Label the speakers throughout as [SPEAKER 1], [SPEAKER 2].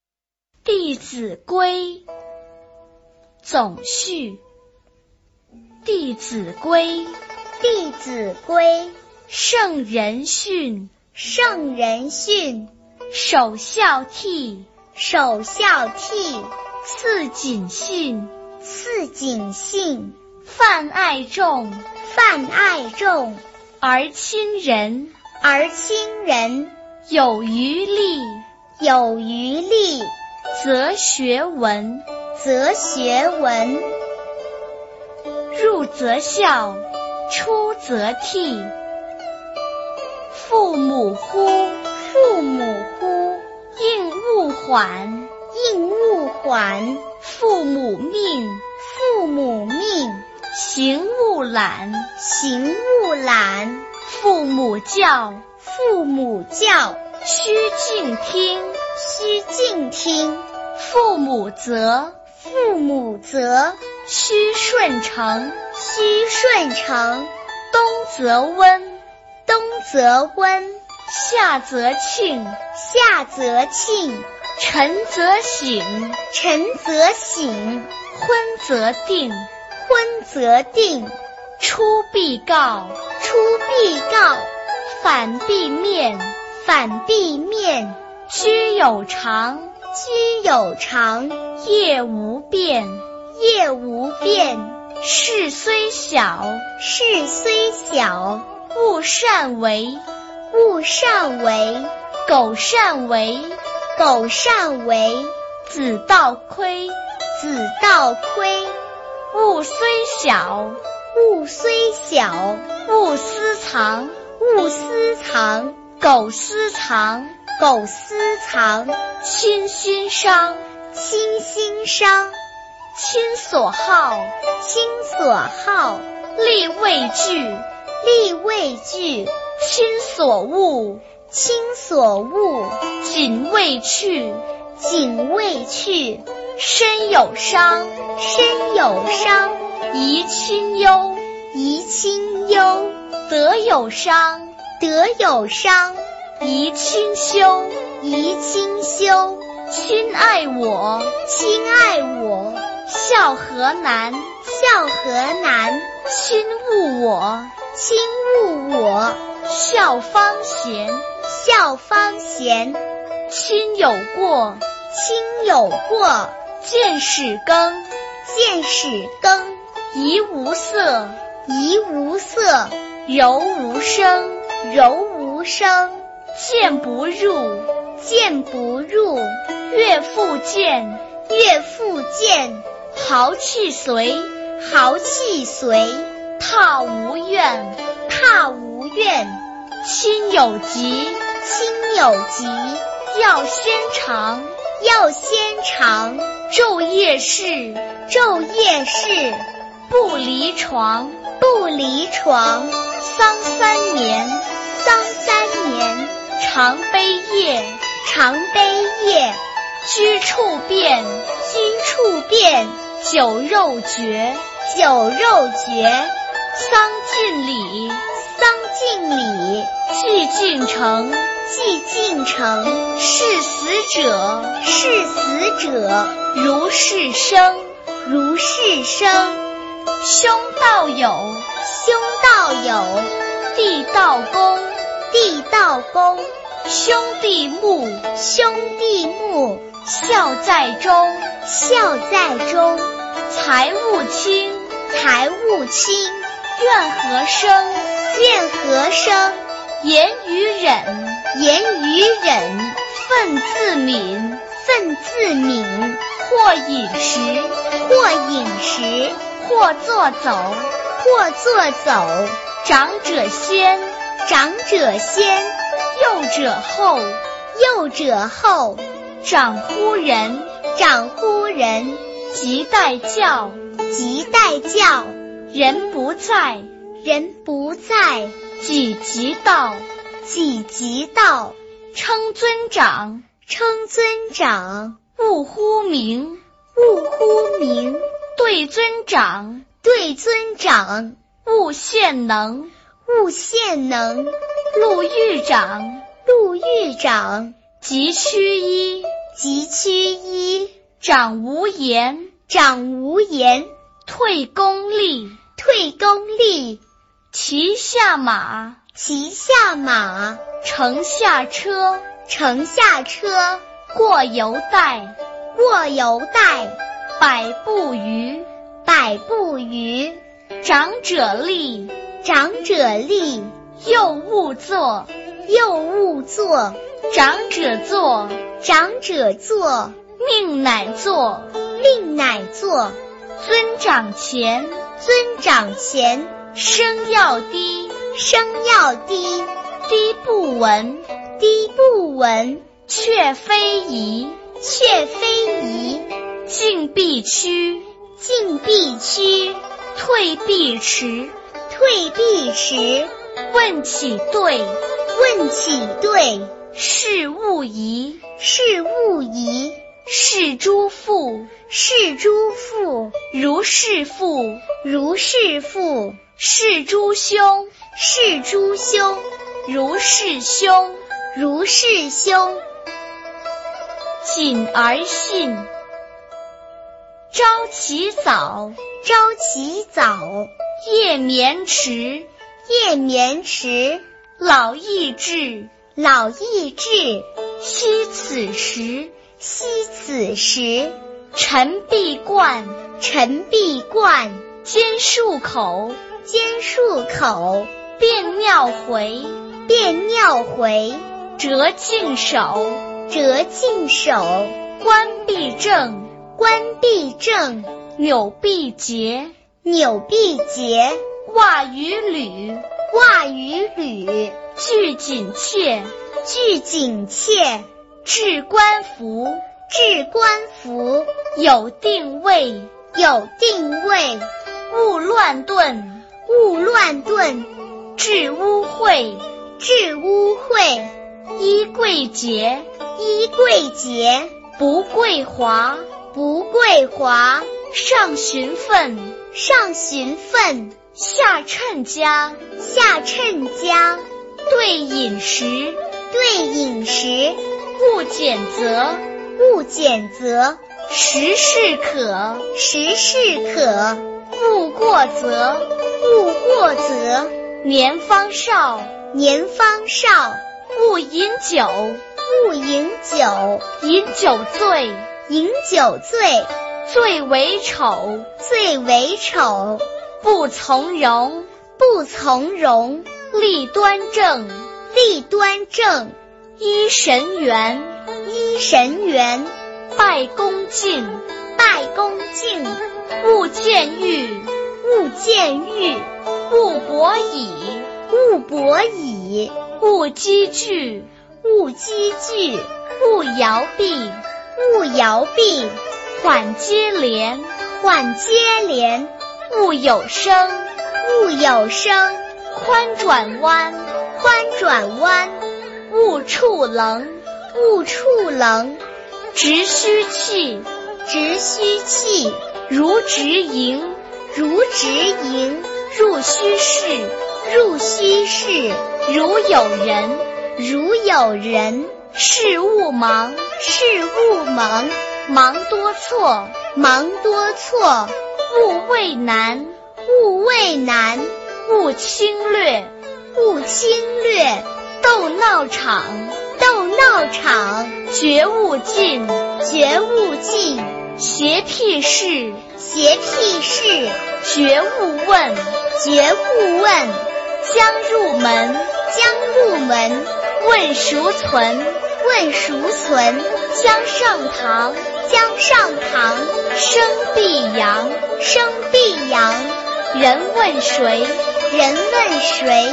[SPEAKER 1] 《弟子规》总序，《弟子规》
[SPEAKER 2] 弟子规》
[SPEAKER 1] 圣人训，
[SPEAKER 2] 圣人训，
[SPEAKER 1] 首孝悌，
[SPEAKER 2] 首孝悌，
[SPEAKER 1] 次谨信，
[SPEAKER 2] 次谨信，
[SPEAKER 1] 泛爱众，
[SPEAKER 2] 泛爱众，
[SPEAKER 1] 而亲仁，
[SPEAKER 2] 而亲仁，
[SPEAKER 1] 有余力，
[SPEAKER 2] 有余力，
[SPEAKER 1] 则学文，
[SPEAKER 2] 则学文，
[SPEAKER 1] 入则孝，出则悌。父母呼，
[SPEAKER 2] 父母呼，
[SPEAKER 1] 应勿缓；
[SPEAKER 2] 应勿缓，
[SPEAKER 1] 父母命，
[SPEAKER 2] 父母命，
[SPEAKER 1] 行勿懒；
[SPEAKER 2] 行勿懒，
[SPEAKER 1] 父母教，
[SPEAKER 2] 父母教，
[SPEAKER 1] 须敬听；
[SPEAKER 2] 须敬听，
[SPEAKER 1] 父母责，
[SPEAKER 2] 父母责，
[SPEAKER 1] 须顺承；
[SPEAKER 2] 须顺承，
[SPEAKER 1] 冬则温，
[SPEAKER 2] 冬则温，
[SPEAKER 1] 夏则庆，
[SPEAKER 2] 夏则庆，
[SPEAKER 1] 晨则省，
[SPEAKER 2] 晨则省，
[SPEAKER 1] 昏则定，
[SPEAKER 2] 昏则定，
[SPEAKER 1] 出必告，
[SPEAKER 2] 出必告，
[SPEAKER 1] 反必面，
[SPEAKER 2] 反必面，
[SPEAKER 1] 居有常，
[SPEAKER 2] 居有常，
[SPEAKER 1] 业无变，
[SPEAKER 2] 业无变，
[SPEAKER 1] 事虽小，
[SPEAKER 2] 事虽小，
[SPEAKER 1] 勿擅为。
[SPEAKER 2] 勿擅为，
[SPEAKER 1] 苟善为，
[SPEAKER 2] 苟善为，
[SPEAKER 1] 子道亏；
[SPEAKER 2] 子道亏。
[SPEAKER 1] 物虽小，
[SPEAKER 2] 物虽小，
[SPEAKER 1] 勿私藏；
[SPEAKER 2] 勿私藏，
[SPEAKER 1] 苟私藏，
[SPEAKER 2] 苟私藏。
[SPEAKER 1] 亲心伤，
[SPEAKER 2] 亲心伤，
[SPEAKER 1] 亲所好，
[SPEAKER 2] 亲所好，
[SPEAKER 1] 力为具；
[SPEAKER 2] 力为具。
[SPEAKER 1] 亲所恶，
[SPEAKER 2] 亲所恶，
[SPEAKER 1] 谨为去；
[SPEAKER 2] 谨为去。
[SPEAKER 1] 身有伤，
[SPEAKER 2] 身有伤，
[SPEAKER 1] 贻亲忧；
[SPEAKER 2] 贻亲忧。
[SPEAKER 1] 德有伤，
[SPEAKER 2] 德有伤，
[SPEAKER 1] 贻亲羞。
[SPEAKER 2] 贻亲羞。
[SPEAKER 1] 亲爱我，
[SPEAKER 2] 亲爱我，
[SPEAKER 1] 孝何难；
[SPEAKER 2] 孝何难。
[SPEAKER 1] 亲勿我，
[SPEAKER 2] 亲勿我，
[SPEAKER 1] 孝方贤；
[SPEAKER 2] 孝方贤。
[SPEAKER 1] 亲有过，
[SPEAKER 2] 亲有过，
[SPEAKER 1] 见始耕；
[SPEAKER 2] 见始耕。
[SPEAKER 1] 怡无色，
[SPEAKER 2] 怡无色，
[SPEAKER 1] 柔无声；
[SPEAKER 2] 柔无声。
[SPEAKER 1] 谏不入，
[SPEAKER 2] 谏不入，
[SPEAKER 1] 悦复谏；
[SPEAKER 2] 悦复谏。
[SPEAKER 1] 豪气随，
[SPEAKER 2] 豪气随，
[SPEAKER 1] 踏无怨；
[SPEAKER 2] 踏无怨。
[SPEAKER 1] 亲有疾，
[SPEAKER 2] 亲有疾，
[SPEAKER 1] 药先尝；
[SPEAKER 2] 药先尝。
[SPEAKER 1] 昼夜侍，
[SPEAKER 2] 昼夜侍，
[SPEAKER 1] 不离床；
[SPEAKER 2] 不离床。
[SPEAKER 1] 丧三年，
[SPEAKER 2] 丧三年，
[SPEAKER 1] 常悲夜；
[SPEAKER 2] 常悲夜。
[SPEAKER 1] 居处变，
[SPEAKER 2] 居处变，
[SPEAKER 1] 酒肉绝；
[SPEAKER 2] 酒肉绝。
[SPEAKER 1] 丧尽礼，
[SPEAKER 2] 丧尽礼，
[SPEAKER 1] 祭尽诚；
[SPEAKER 2] 祭尽诚。
[SPEAKER 1] 视死者，
[SPEAKER 2] 视死者，
[SPEAKER 1] 如是生；
[SPEAKER 2] 如是生。
[SPEAKER 1] 兄道友，
[SPEAKER 2] 兄道友，
[SPEAKER 1] 弟道恭；
[SPEAKER 2] 弟道恭。
[SPEAKER 1] 兄弟睦，
[SPEAKER 2] 兄弟睦，
[SPEAKER 1] 孝在中；
[SPEAKER 2] 孝在中。
[SPEAKER 1] 财物轻，
[SPEAKER 2] 财物轻，
[SPEAKER 1] 怨何生；
[SPEAKER 2] 怨何生？
[SPEAKER 1] 言语忍，
[SPEAKER 2] 言语忍，
[SPEAKER 1] 忿自泯；
[SPEAKER 2] 忿自泯。
[SPEAKER 1] 或饮食，
[SPEAKER 2] 或饮食，
[SPEAKER 1] 或坐走。
[SPEAKER 2] 或坐走。
[SPEAKER 1] 长者先，
[SPEAKER 2] 长者先，
[SPEAKER 1] 幼者后。
[SPEAKER 2] 幼者后。
[SPEAKER 1] 长乎人，
[SPEAKER 2] 长乎人，
[SPEAKER 1] 即代教。
[SPEAKER 2] 即代教。
[SPEAKER 1] 人不在，
[SPEAKER 2] 人不在，
[SPEAKER 1] 己即道。
[SPEAKER 2] 己即道。
[SPEAKER 1] 称尊长，
[SPEAKER 2] 称尊长，
[SPEAKER 1] 勿呼名；
[SPEAKER 2] 勿呼名。
[SPEAKER 1] 对尊长，
[SPEAKER 2] 对尊长，
[SPEAKER 1] 勿献能；
[SPEAKER 2] 勿献能。
[SPEAKER 1] 路遇长，
[SPEAKER 2] 路遇长，
[SPEAKER 1] 即趋揖；
[SPEAKER 2] 即趋揖。
[SPEAKER 1] 长无言，
[SPEAKER 2] 长无言，
[SPEAKER 1] 退公立，
[SPEAKER 2] 退公立，
[SPEAKER 1] 骑下马，
[SPEAKER 2] 骑下马，
[SPEAKER 1] 乘下车，
[SPEAKER 2] 乘下车，
[SPEAKER 1] 过犹带，
[SPEAKER 2] 过犹带，
[SPEAKER 1] 百步余，
[SPEAKER 2] 百步余，
[SPEAKER 1] 长者立，
[SPEAKER 2] 长者立，
[SPEAKER 1] 幼勿坐，
[SPEAKER 2] 幼勿坐，
[SPEAKER 1] 长者坐，
[SPEAKER 2] 长者坐，
[SPEAKER 1] 命乃坐，
[SPEAKER 2] 命乃坐，
[SPEAKER 1] 尊长前，
[SPEAKER 2] 尊长前，
[SPEAKER 1] 声要低，
[SPEAKER 2] 声要低，
[SPEAKER 1] 低不闻，
[SPEAKER 2] 低不闻，
[SPEAKER 1] 却非宜，
[SPEAKER 2] 却非宜。
[SPEAKER 1] 进必趋，
[SPEAKER 2] 进必趋，
[SPEAKER 1] 退必迟，
[SPEAKER 2] 退必迟。
[SPEAKER 1] 问起对，
[SPEAKER 2] 问起对，
[SPEAKER 1] 事勿疑，
[SPEAKER 2] 事勿疑。
[SPEAKER 1] 是诸父，
[SPEAKER 2] 是诸父，
[SPEAKER 1] 如是父，
[SPEAKER 2] 如是父；
[SPEAKER 1] 是诸兄，
[SPEAKER 2] 是诸兄，
[SPEAKER 1] 如是兄。
[SPEAKER 2] 如是兄。
[SPEAKER 1] 谨而信，朝起早，
[SPEAKER 2] 朝起早，
[SPEAKER 1] 夜眠迟，
[SPEAKER 2] 夜眠迟。
[SPEAKER 1] 老易至，
[SPEAKER 2] 老易至，
[SPEAKER 1] 惜此时。
[SPEAKER 2] 惜此时。
[SPEAKER 1] 晨必盥，
[SPEAKER 2] 晨必盥，
[SPEAKER 1] 兼漱口，
[SPEAKER 2] 兼漱口，
[SPEAKER 1] 便尿回，
[SPEAKER 2] 便尿回。
[SPEAKER 1] 折净手，
[SPEAKER 2] 折净手，
[SPEAKER 1] 官必正，
[SPEAKER 2] 官必正，
[SPEAKER 1] 纽必结，
[SPEAKER 2] 纽必结。
[SPEAKER 1] 袜与履，
[SPEAKER 2] 袜与履，
[SPEAKER 1] 俱紧切，
[SPEAKER 2] 俱紧切。
[SPEAKER 1] 置冠服，
[SPEAKER 2] 置冠服，
[SPEAKER 1] 有定位，
[SPEAKER 2] 有定位。
[SPEAKER 1] 勿乱顿，
[SPEAKER 2] 勿乱顿，
[SPEAKER 1] 致污秽，
[SPEAKER 2] 致污秽。
[SPEAKER 1] 衣贵洁，
[SPEAKER 2] 衣贵洁，
[SPEAKER 1] 不贵华，
[SPEAKER 2] 不贵华。
[SPEAKER 1] 上循分，
[SPEAKER 2] 上循分，
[SPEAKER 1] 下称家，
[SPEAKER 2] 下称家。
[SPEAKER 1] 对饮食，
[SPEAKER 2] 对饮食，
[SPEAKER 1] 勿拣择，
[SPEAKER 2] 勿拣择。
[SPEAKER 1] 食适可，
[SPEAKER 2] 食适可，
[SPEAKER 1] 勿过则。
[SPEAKER 2] 勿过则。
[SPEAKER 1] 年方少，
[SPEAKER 2] 年方少，
[SPEAKER 1] 勿饮酒，
[SPEAKER 2] 勿饮酒，
[SPEAKER 1] 饮酒醉，
[SPEAKER 2] 饮酒醉，
[SPEAKER 1] 最为丑，
[SPEAKER 2] 最为丑。
[SPEAKER 1] 不从容，
[SPEAKER 2] 不从容，
[SPEAKER 1] 立端正，
[SPEAKER 2] 立端正，
[SPEAKER 1] 依神元，
[SPEAKER 2] 依神元，
[SPEAKER 1] 拜恭敬，
[SPEAKER 2] 拜恭敬，
[SPEAKER 1] 勿见欲，
[SPEAKER 2] 勿见欲，
[SPEAKER 1] 勿博矣，
[SPEAKER 2] 勿博矣，
[SPEAKER 1] 勿积聚，
[SPEAKER 2] 勿积聚，
[SPEAKER 1] 勿摇臂，
[SPEAKER 2] 勿摇臂，
[SPEAKER 1] 缓接连，
[SPEAKER 2] 缓接连，
[SPEAKER 1] 勿有声，
[SPEAKER 2] 勿有声，
[SPEAKER 1] 宽转弯，
[SPEAKER 2] 宽转弯，
[SPEAKER 1] 勿触棱，
[SPEAKER 2] 勿触棱，
[SPEAKER 1] 直须气，
[SPEAKER 2] 直须气，
[SPEAKER 1] 如直盈，
[SPEAKER 2] 如直盈，
[SPEAKER 1] 入须室，
[SPEAKER 2] 入须室，
[SPEAKER 1] 如有人，
[SPEAKER 2] 如有人。
[SPEAKER 1] 事勿忙，
[SPEAKER 2] 事勿忙，
[SPEAKER 1] 忙多错，
[SPEAKER 2] 忙多错，
[SPEAKER 1] 勿畏难，
[SPEAKER 2] 勿畏难，
[SPEAKER 1] 勿侵略，
[SPEAKER 2] 勿侵略，
[SPEAKER 1] 斗闹场，
[SPEAKER 2] 斗闹场，
[SPEAKER 1] 绝勿近，
[SPEAKER 2] 绝勿近，
[SPEAKER 1] 邪僻事，
[SPEAKER 2] 邪僻事，
[SPEAKER 1] 绝勿问，
[SPEAKER 2] 绝勿问，
[SPEAKER 1] 将入门，
[SPEAKER 2] 将入门，
[SPEAKER 1] 问孰存，
[SPEAKER 2] 问孰存，
[SPEAKER 1] 将上堂，
[SPEAKER 2] 将上堂，
[SPEAKER 1] 生必扬，
[SPEAKER 2] 生必扬，
[SPEAKER 1] 人问谁，
[SPEAKER 2] 人问谁，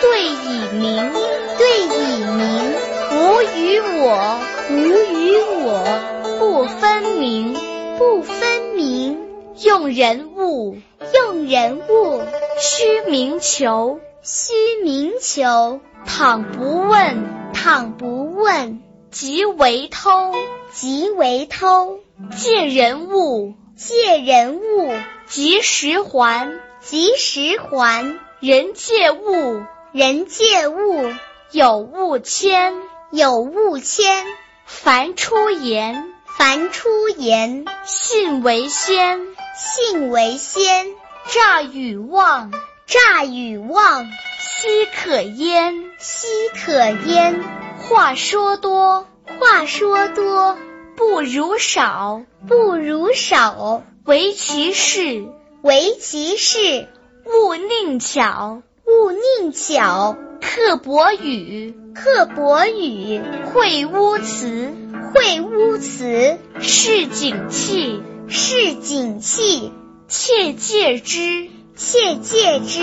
[SPEAKER 1] 对以明，
[SPEAKER 2] 对以明，
[SPEAKER 1] 无与我，
[SPEAKER 2] 无与我，
[SPEAKER 1] 不分明，
[SPEAKER 2] 不分明，
[SPEAKER 1] 用人物，
[SPEAKER 2] 用人物，
[SPEAKER 1] 须明求，
[SPEAKER 2] 须明求，
[SPEAKER 1] 倘不问，
[SPEAKER 2] 倘不问，
[SPEAKER 1] 即为偷，
[SPEAKER 2] 即为偷。
[SPEAKER 1] 借人物，
[SPEAKER 2] 借人物，
[SPEAKER 1] 及时还，
[SPEAKER 2] 及时还；
[SPEAKER 1] 人借物，
[SPEAKER 2] 人借物，
[SPEAKER 1] 有物迁，
[SPEAKER 2] 有物迁。
[SPEAKER 1] 凡出言，
[SPEAKER 2] 凡出言，
[SPEAKER 1] 信为先，
[SPEAKER 2] 信为先。
[SPEAKER 1] 诈与妄，
[SPEAKER 2] 诈与妄，
[SPEAKER 1] 奚可焉？
[SPEAKER 2] 奚可焉？
[SPEAKER 1] 话说多，
[SPEAKER 2] 话说多，
[SPEAKER 1] 不如少；
[SPEAKER 2] 不如少。
[SPEAKER 1] 唯其事，
[SPEAKER 2] 唯其事。
[SPEAKER 1] 勿佞巧，
[SPEAKER 2] 勿佞巧。
[SPEAKER 1] 刻薄语，
[SPEAKER 2] 刻薄语。
[SPEAKER 1] 秽污词，
[SPEAKER 2] 秽污词。
[SPEAKER 1] 市井气，
[SPEAKER 2] 市井气。
[SPEAKER 1] 切戒之，
[SPEAKER 2] 切戒之。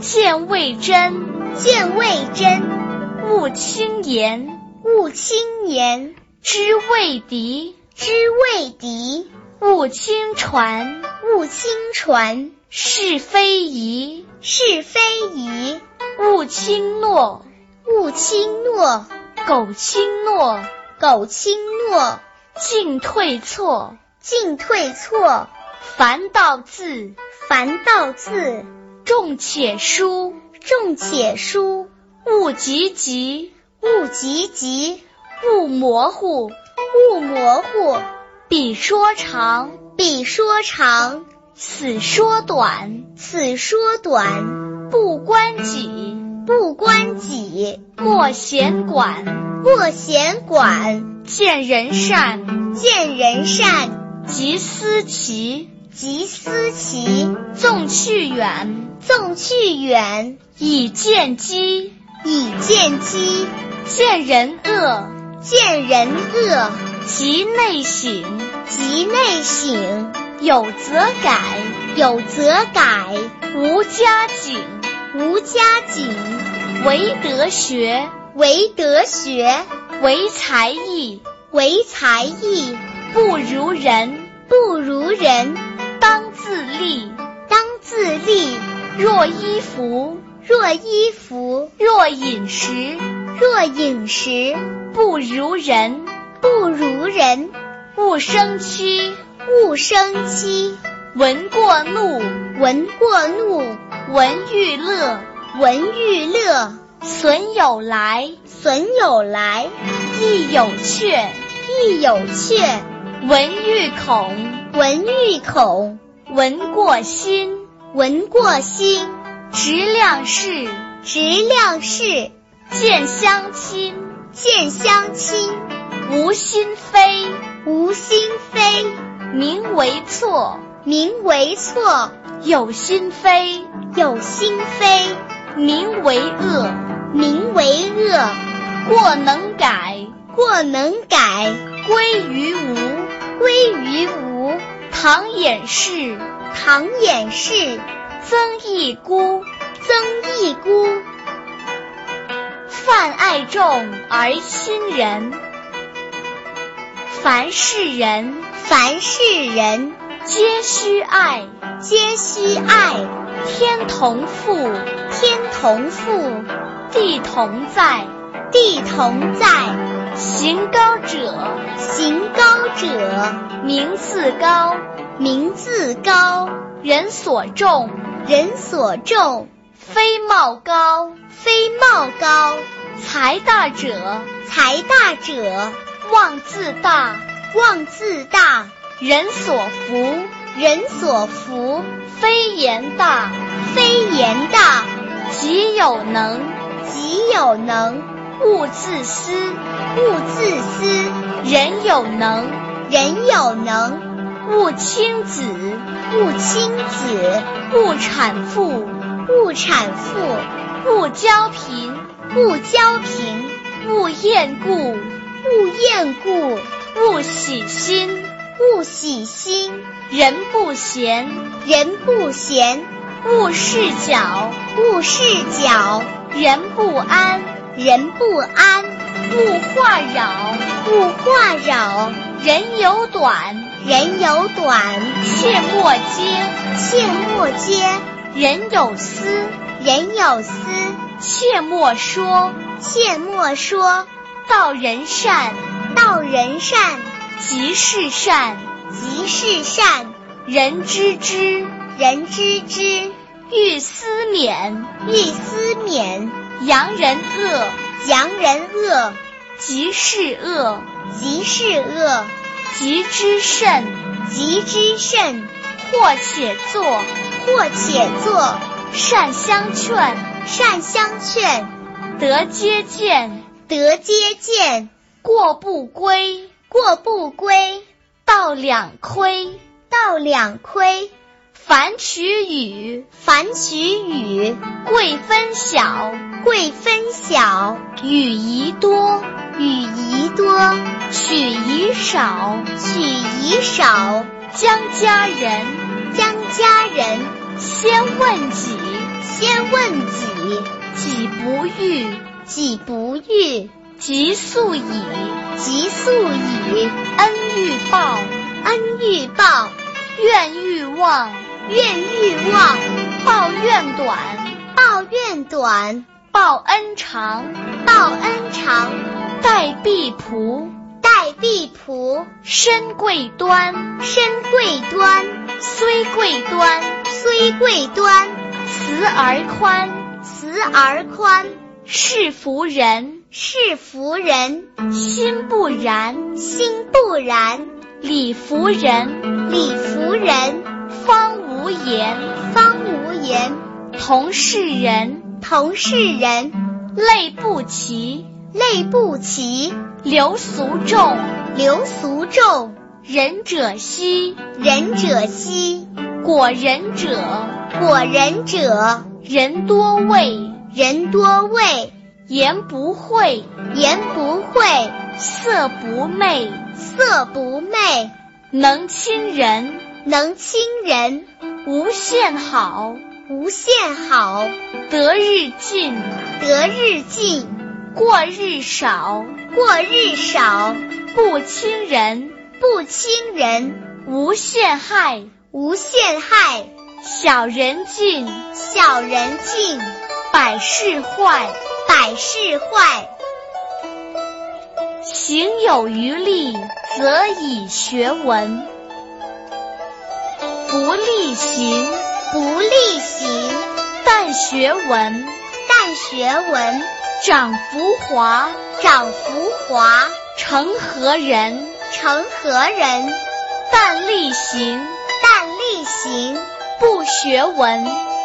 [SPEAKER 1] 见未真，
[SPEAKER 2] 见未真。
[SPEAKER 1] 勿轻言，
[SPEAKER 2] 勿轻言。
[SPEAKER 1] 知未敌，
[SPEAKER 2] 知未敌。
[SPEAKER 1] 勿轻传，
[SPEAKER 2] 勿轻传。
[SPEAKER 1] 是非宜，
[SPEAKER 2] 是非宜。
[SPEAKER 1] 勿轻诺，
[SPEAKER 2] 勿轻诺。
[SPEAKER 1] 苟轻诺，
[SPEAKER 2] 苟轻诺。
[SPEAKER 1] 进退错，
[SPEAKER 2] 进退错。
[SPEAKER 1] 凡道字，
[SPEAKER 2] 凡道字。
[SPEAKER 1] 重且疏，
[SPEAKER 2] 重且疏。
[SPEAKER 1] 勿急急，
[SPEAKER 2] 勿急急。
[SPEAKER 1] 勿模糊，
[SPEAKER 2] 勿模糊。
[SPEAKER 1] 彼说长，
[SPEAKER 2] 彼说长。
[SPEAKER 1] 此说短，
[SPEAKER 2] 此说短。
[SPEAKER 1] 不关己，
[SPEAKER 2] 不关己。
[SPEAKER 1] 莫闲管，
[SPEAKER 2] 莫闲管。
[SPEAKER 1] 见人善，
[SPEAKER 2] 见人善。
[SPEAKER 1] 即思齐，
[SPEAKER 2] 即思齐；
[SPEAKER 1] 纵去远，
[SPEAKER 2] 纵去远。
[SPEAKER 1] 以见机，
[SPEAKER 2] 以见机；
[SPEAKER 1] 见人恶，
[SPEAKER 2] 见人恶。
[SPEAKER 1] 即内省，
[SPEAKER 2] 即内省。
[SPEAKER 1] 有则改，
[SPEAKER 2] 有则改。
[SPEAKER 1] 无加警，
[SPEAKER 2] 无加警。
[SPEAKER 1] 唯德学，
[SPEAKER 2] 唯德学。
[SPEAKER 1] 唯才艺，
[SPEAKER 2] 唯才艺。
[SPEAKER 1] 不如人，
[SPEAKER 2] 不如人。
[SPEAKER 1] 当自砺，
[SPEAKER 2] 当自砺。
[SPEAKER 1] 若衣服，
[SPEAKER 2] 若衣服。
[SPEAKER 1] 若饮食，
[SPEAKER 2] 若饮食。
[SPEAKER 1] 不如人，
[SPEAKER 2] 不如人。
[SPEAKER 1] 勿生戚，
[SPEAKER 2] 勿生戚。
[SPEAKER 1] 闻过怒，
[SPEAKER 2] 闻过怒。
[SPEAKER 1] 闻欲乐，
[SPEAKER 2] 闻欲乐。
[SPEAKER 1] 损友来，
[SPEAKER 2] 损友来。
[SPEAKER 1] 亦有阙，
[SPEAKER 2] 亦有阙。
[SPEAKER 1] 闻欲恐，
[SPEAKER 2] 闻欲恐；
[SPEAKER 1] 闻过心，
[SPEAKER 2] 闻过心。
[SPEAKER 1] 直量事，
[SPEAKER 2] 直量事。
[SPEAKER 1] 见相亲，
[SPEAKER 2] 见相亲。
[SPEAKER 1] 无心非，
[SPEAKER 2] 无心非。
[SPEAKER 1] 名为错，
[SPEAKER 2] 名为错。
[SPEAKER 1] 有心非，
[SPEAKER 2] 有心非。
[SPEAKER 1] 名为恶，
[SPEAKER 2] 名为恶。
[SPEAKER 1] 过能改，
[SPEAKER 2] 过能改。
[SPEAKER 1] 归于无，
[SPEAKER 2] 归于无。
[SPEAKER 1] 唐掩饰，
[SPEAKER 2] 唐掩饰。
[SPEAKER 1] 曾益孤，
[SPEAKER 2] 曾益孤。
[SPEAKER 1] 泛爱众而亲仁，凡是人，
[SPEAKER 2] 凡是人。
[SPEAKER 1] 皆须爱，
[SPEAKER 2] 皆须爱。
[SPEAKER 1] 天同覆，
[SPEAKER 2] 天同覆。
[SPEAKER 1] 地同在，
[SPEAKER 2] 地同在。
[SPEAKER 1] 行高者，
[SPEAKER 2] 行高者；
[SPEAKER 1] 名自高，
[SPEAKER 2] 名自高；
[SPEAKER 1] 人所重，
[SPEAKER 2] 人所重；
[SPEAKER 1] 非貌高，
[SPEAKER 2] 非貌高；
[SPEAKER 1] 财大者，
[SPEAKER 2] 财大者；
[SPEAKER 1] 妄自大，
[SPEAKER 2] 妄自大；
[SPEAKER 1] 人所服，
[SPEAKER 2] 人所服；
[SPEAKER 1] 非言大，
[SPEAKER 2] 非言大；
[SPEAKER 1] 己有能，
[SPEAKER 2] 己有能。
[SPEAKER 1] 勿自私，
[SPEAKER 2] 勿自私；
[SPEAKER 1] 人有能，
[SPEAKER 2] 人有能；
[SPEAKER 1] 勿轻子，
[SPEAKER 2] 勿轻子；
[SPEAKER 1] 勿产妇，
[SPEAKER 2] 勿产妇；
[SPEAKER 1] 勿骄贫，
[SPEAKER 2] 勿骄贫；
[SPEAKER 1] 勿厌故，
[SPEAKER 2] 勿厌故；
[SPEAKER 1] 勿喜新，
[SPEAKER 2] 勿喜新；
[SPEAKER 1] 人不闲，
[SPEAKER 2] 人不闲；
[SPEAKER 1] 勿视角，
[SPEAKER 2] 勿视角；
[SPEAKER 1] 人不安。
[SPEAKER 2] 人不安，
[SPEAKER 1] 勿话扰；
[SPEAKER 2] 勿话扰。
[SPEAKER 1] 人有短，
[SPEAKER 2] 人有短。
[SPEAKER 1] 切莫揭，
[SPEAKER 2] 切莫揭。
[SPEAKER 1] 人有私，
[SPEAKER 2] 人有私。
[SPEAKER 1] 切莫说，
[SPEAKER 2] 切莫说。
[SPEAKER 1] 道人善，
[SPEAKER 2] 道人善。
[SPEAKER 1] 即是善，
[SPEAKER 2] 即是善。
[SPEAKER 1] 人知之，
[SPEAKER 2] 人知之。
[SPEAKER 1] 欲思勉，
[SPEAKER 2] 欲思勉。
[SPEAKER 1] 扬人恶，
[SPEAKER 2] 扬人恶；
[SPEAKER 1] 即是恶，
[SPEAKER 2] 即是恶。
[SPEAKER 1] 急之甚，
[SPEAKER 2] 急之甚，
[SPEAKER 1] 或且作，
[SPEAKER 2] 或且作，
[SPEAKER 1] 善相劝，
[SPEAKER 2] 善相劝，
[SPEAKER 1] 得接见，
[SPEAKER 2] 得接见，
[SPEAKER 1] 过不归，
[SPEAKER 2] 过不归，
[SPEAKER 1] 道两亏，
[SPEAKER 2] 道两亏，
[SPEAKER 1] 凡取与，
[SPEAKER 2] 凡取与，
[SPEAKER 1] 贵分晓，
[SPEAKER 2] 贵分晓，
[SPEAKER 1] 与宜多，
[SPEAKER 2] 与宜多，
[SPEAKER 1] 取宜少，
[SPEAKER 2] 取宜少，
[SPEAKER 1] 将家人。
[SPEAKER 2] 将家人
[SPEAKER 1] 先问己，
[SPEAKER 2] 先问己，
[SPEAKER 1] 己不欲，
[SPEAKER 2] 己不欲，
[SPEAKER 1] 即速已，
[SPEAKER 2] 即速已。
[SPEAKER 1] 恩欲报，
[SPEAKER 2] 恩欲报，
[SPEAKER 1] 怨欲忘，
[SPEAKER 2] 怨欲忘，
[SPEAKER 1] 报怨短，
[SPEAKER 2] 报怨短，
[SPEAKER 1] 报恩长，
[SPEAKER 2] 报恩长。
[SPEAKER 1] 待婢仆，
[SPEAKER 2] 待婢仆，
[SPEAKER 1] 身贵端，
[SPEAKER 2] 身贵端。
[SPEAKER 1] 虽贵端，
[SPEAKER 2] 虽贵端，
[SPEAKER 1] 慈而宽，
[SPEAKER 2] 慈而宽。
[SPEAKER 1] 是福人，
[SPEAKER 2] 是福人。
[SPEAKER 1] 心不然，
[SPEAKER 2] 心不然。
[SPEAKER 1] 理服人，
[SPEAKER 2] 理服人。
[SPEAKER 1] 方无言，
[SPEAKER 2] 方无言。
[SPEAKER 1] 同是人，
[SPEAKER 2] 同是人。
[SPEAKER 1] 类不齐，
[SPEAKER 2] 类不齐。
[SPEAKER 1] 流俗众，
[SPEAKER 2] 流俗众。
[SPEAKER 1] 仁者稀，
[SPEAKER 2] 仁者稀；
[SPEAKER 1] 果仁者，
[SPEAKER 2] 果仁者。
[SPEAKER 1] 人多畏，
[SPEAKER 2] 人多畏；
[SPEAKER 1] 言不讳，
[SPEAKER 2] 言不讳；
[SPEAKER 1] 色不昧，
[SPEAKER 2] 色不昧。
[SPEAKER 1] 能亲人，
[SPEAKER 2] 能亲人；
[SPEAKER 1] 无限好，
[SPEAKER 2] 无限好。
[SPEAKER 1] 得日进，
[SPEAKER 2] 得日进；
[SPEAKER 1] 过日少，
[SPEAKER 2] 过日少。
[SPEAKER 1] 不亲人。
[SPEAKER 2] 不亲人，
[SPEAKER 1] 无陷害；
[SPEAKER 2] 无陷害，
[SPEAKER 1] 小人尽；
[SPEAKER 2] 小人尽，
[SPEAKER 1] 百事坏；
[SPEAKER 2] 百事坏。
[SPEAKER 1] 行有余力，则以学文；不力行，
[SPEAKER 2] 不力行，
[SPEAKER 1] 但学文；
[SPEAKER 2] 但学文，
[SPEAKER 1] 长浮华，
[SPEAKER 2] 长浮华，
[SPEAKER 1] 成何人？
[SPEAKER 2] 成何人？
[SPEAKER 1] 但力行，
[SPEAKER 2] 但力行；
[SPEAKER 1] 不学文，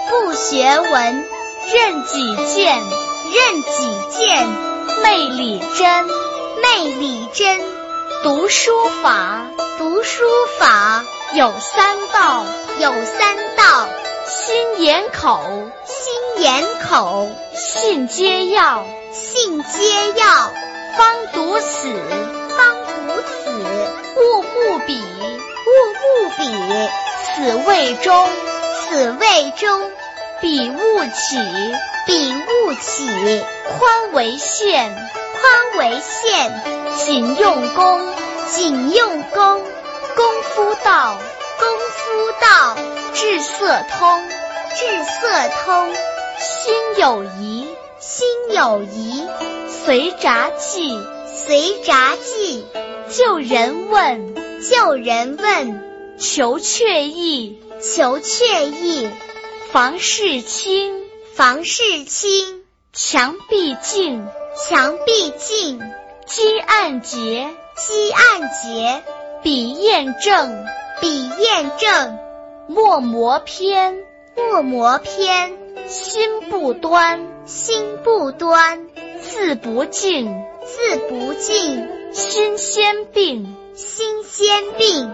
[SPEAKER 2] 不学文。
[SPEAKER 1] 任己见，
[SPEAKER 2] 任己见；
[SPEAKER 1] 昧理真，
[SPEAKER 2] 昧理真。
[SPEAKER 1] 读书法，
[SPEAKER 2] 读书法。
[SPEAKER 1] 有三到，
[SPEAKER 2] 有三到。
[SPEAKER 1] 心眼口，
[SPEAKER 2] 心眼口。
[SPEAKER 1] 信皆要，
[SPEAKER 2] 信皆要。
[SPEAKER 1] 方读此。
[SPEAKER 2] 方读此，
[SPEAKER 1] 物不比，
[SPEAKER 2] 物不比。
[SPEAKER 1] 此谓中，
[SPEAKER 2] 此谓中。
[SPEAKER 1] 彼物起，
[SPEAKER 2] 彼物起。
[SPEAKER 1] 宽为限，
[SPEAKER 2] 宽为限。
[SPEAKER 1] 谨用功，
[SPEAKER 2] 谨用功。
[SPEAKER 1] 功夫道，
[SPEAKER 2] 功夫道。
[SPEAKER 1] 至色通，
[SPEAKER 2] 至色通。
[SPEAKER 1] 心有疑，
[SPEAKER 2] 心有疑。
[SPEAKER 1] 随札记。
[SPEAKER 2] 随札记，
[SPEAKER 1] 旧人问，
[SPEAKER 2] 旧人问；
[SPEAKER 1] 求却意，
[SPEAKER 2] 求却意；
[SPEAKER 1] 房事清，
[SPEAKER 2] 房事清；
[SPEAKER 1] 墙壁净，
[SPEAKER 2] 墙壁净；
[SPEAKER 1] 积案结，
[SPEAKER 2] 积案结；
[SPEAKER 1] 笔砚正，
[SPEAKER 2] 笔砚正；
[SPEAKER 1] 墨磨偏，
[SPEAKER 2] 墨磨偏；
[SPEAKER 1] 心不端，
[SPEAKER 2] 心不端；
[SPEAKER 1] 字不尽。
[SPEAKER 2] 字不尽，
[SPEAKER 1] 心先病；
[SPEAKER 2] 心先病，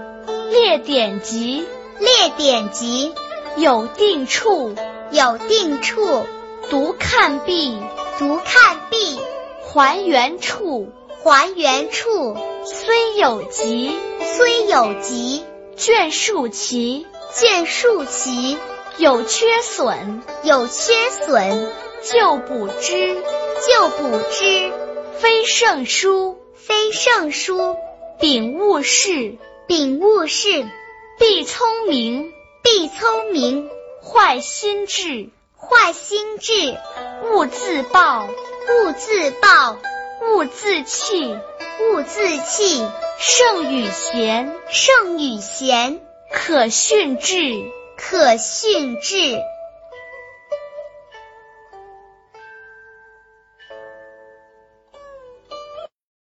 [SPEAKER 1] 列典籍；
[SPEAKER 2] 列典籍，
[SPEAKER 1] 有定处；
[SPEAKER 2] 有定处，
[SPEAKER 1] 读看毕；
[SPEAKER 2] 读看毕，
[SPEAKER 1] 还原处；
[SPEAKER 2] 还原处，
[SPEAKER 1] 虽有急；
[SPEAKER 2] 虽有急，
[SPEAKER 1] 卷数齐；
[SPEAKER 2] 卷数齐，
[SPEAKER 1] 有缺损；
[SPEAKER 2] 有缺损，
[SPEAKER 1] 旧补之；
[SPEAKER 2] 旧补之。
[SPEAKER 1] 非圣书，
[SPEAKER 2] 非圣书；
[SPEAKER 1] 秉物事，
[SPEAKER 2] 秉物事；
[SPEAKER 1] 必聪明，
[SPEAKER 2] 必聪明；
[SPEAKER 1] 坏心智，
[SPEAKER 2] 坏心智；
[SPEAKER 1] 勿自暴，
[SPEAKER 2] 勿自暴；
[SPEAKER 1] 勿自弃，
[SPEAKER 2] 勿自弃；
[SPEAKER 1] 圣与贤，
[SPEAKER 2] 圣与贤；
[SPEAKER 1] 可训致，
[SPEAKER 2] 可训致。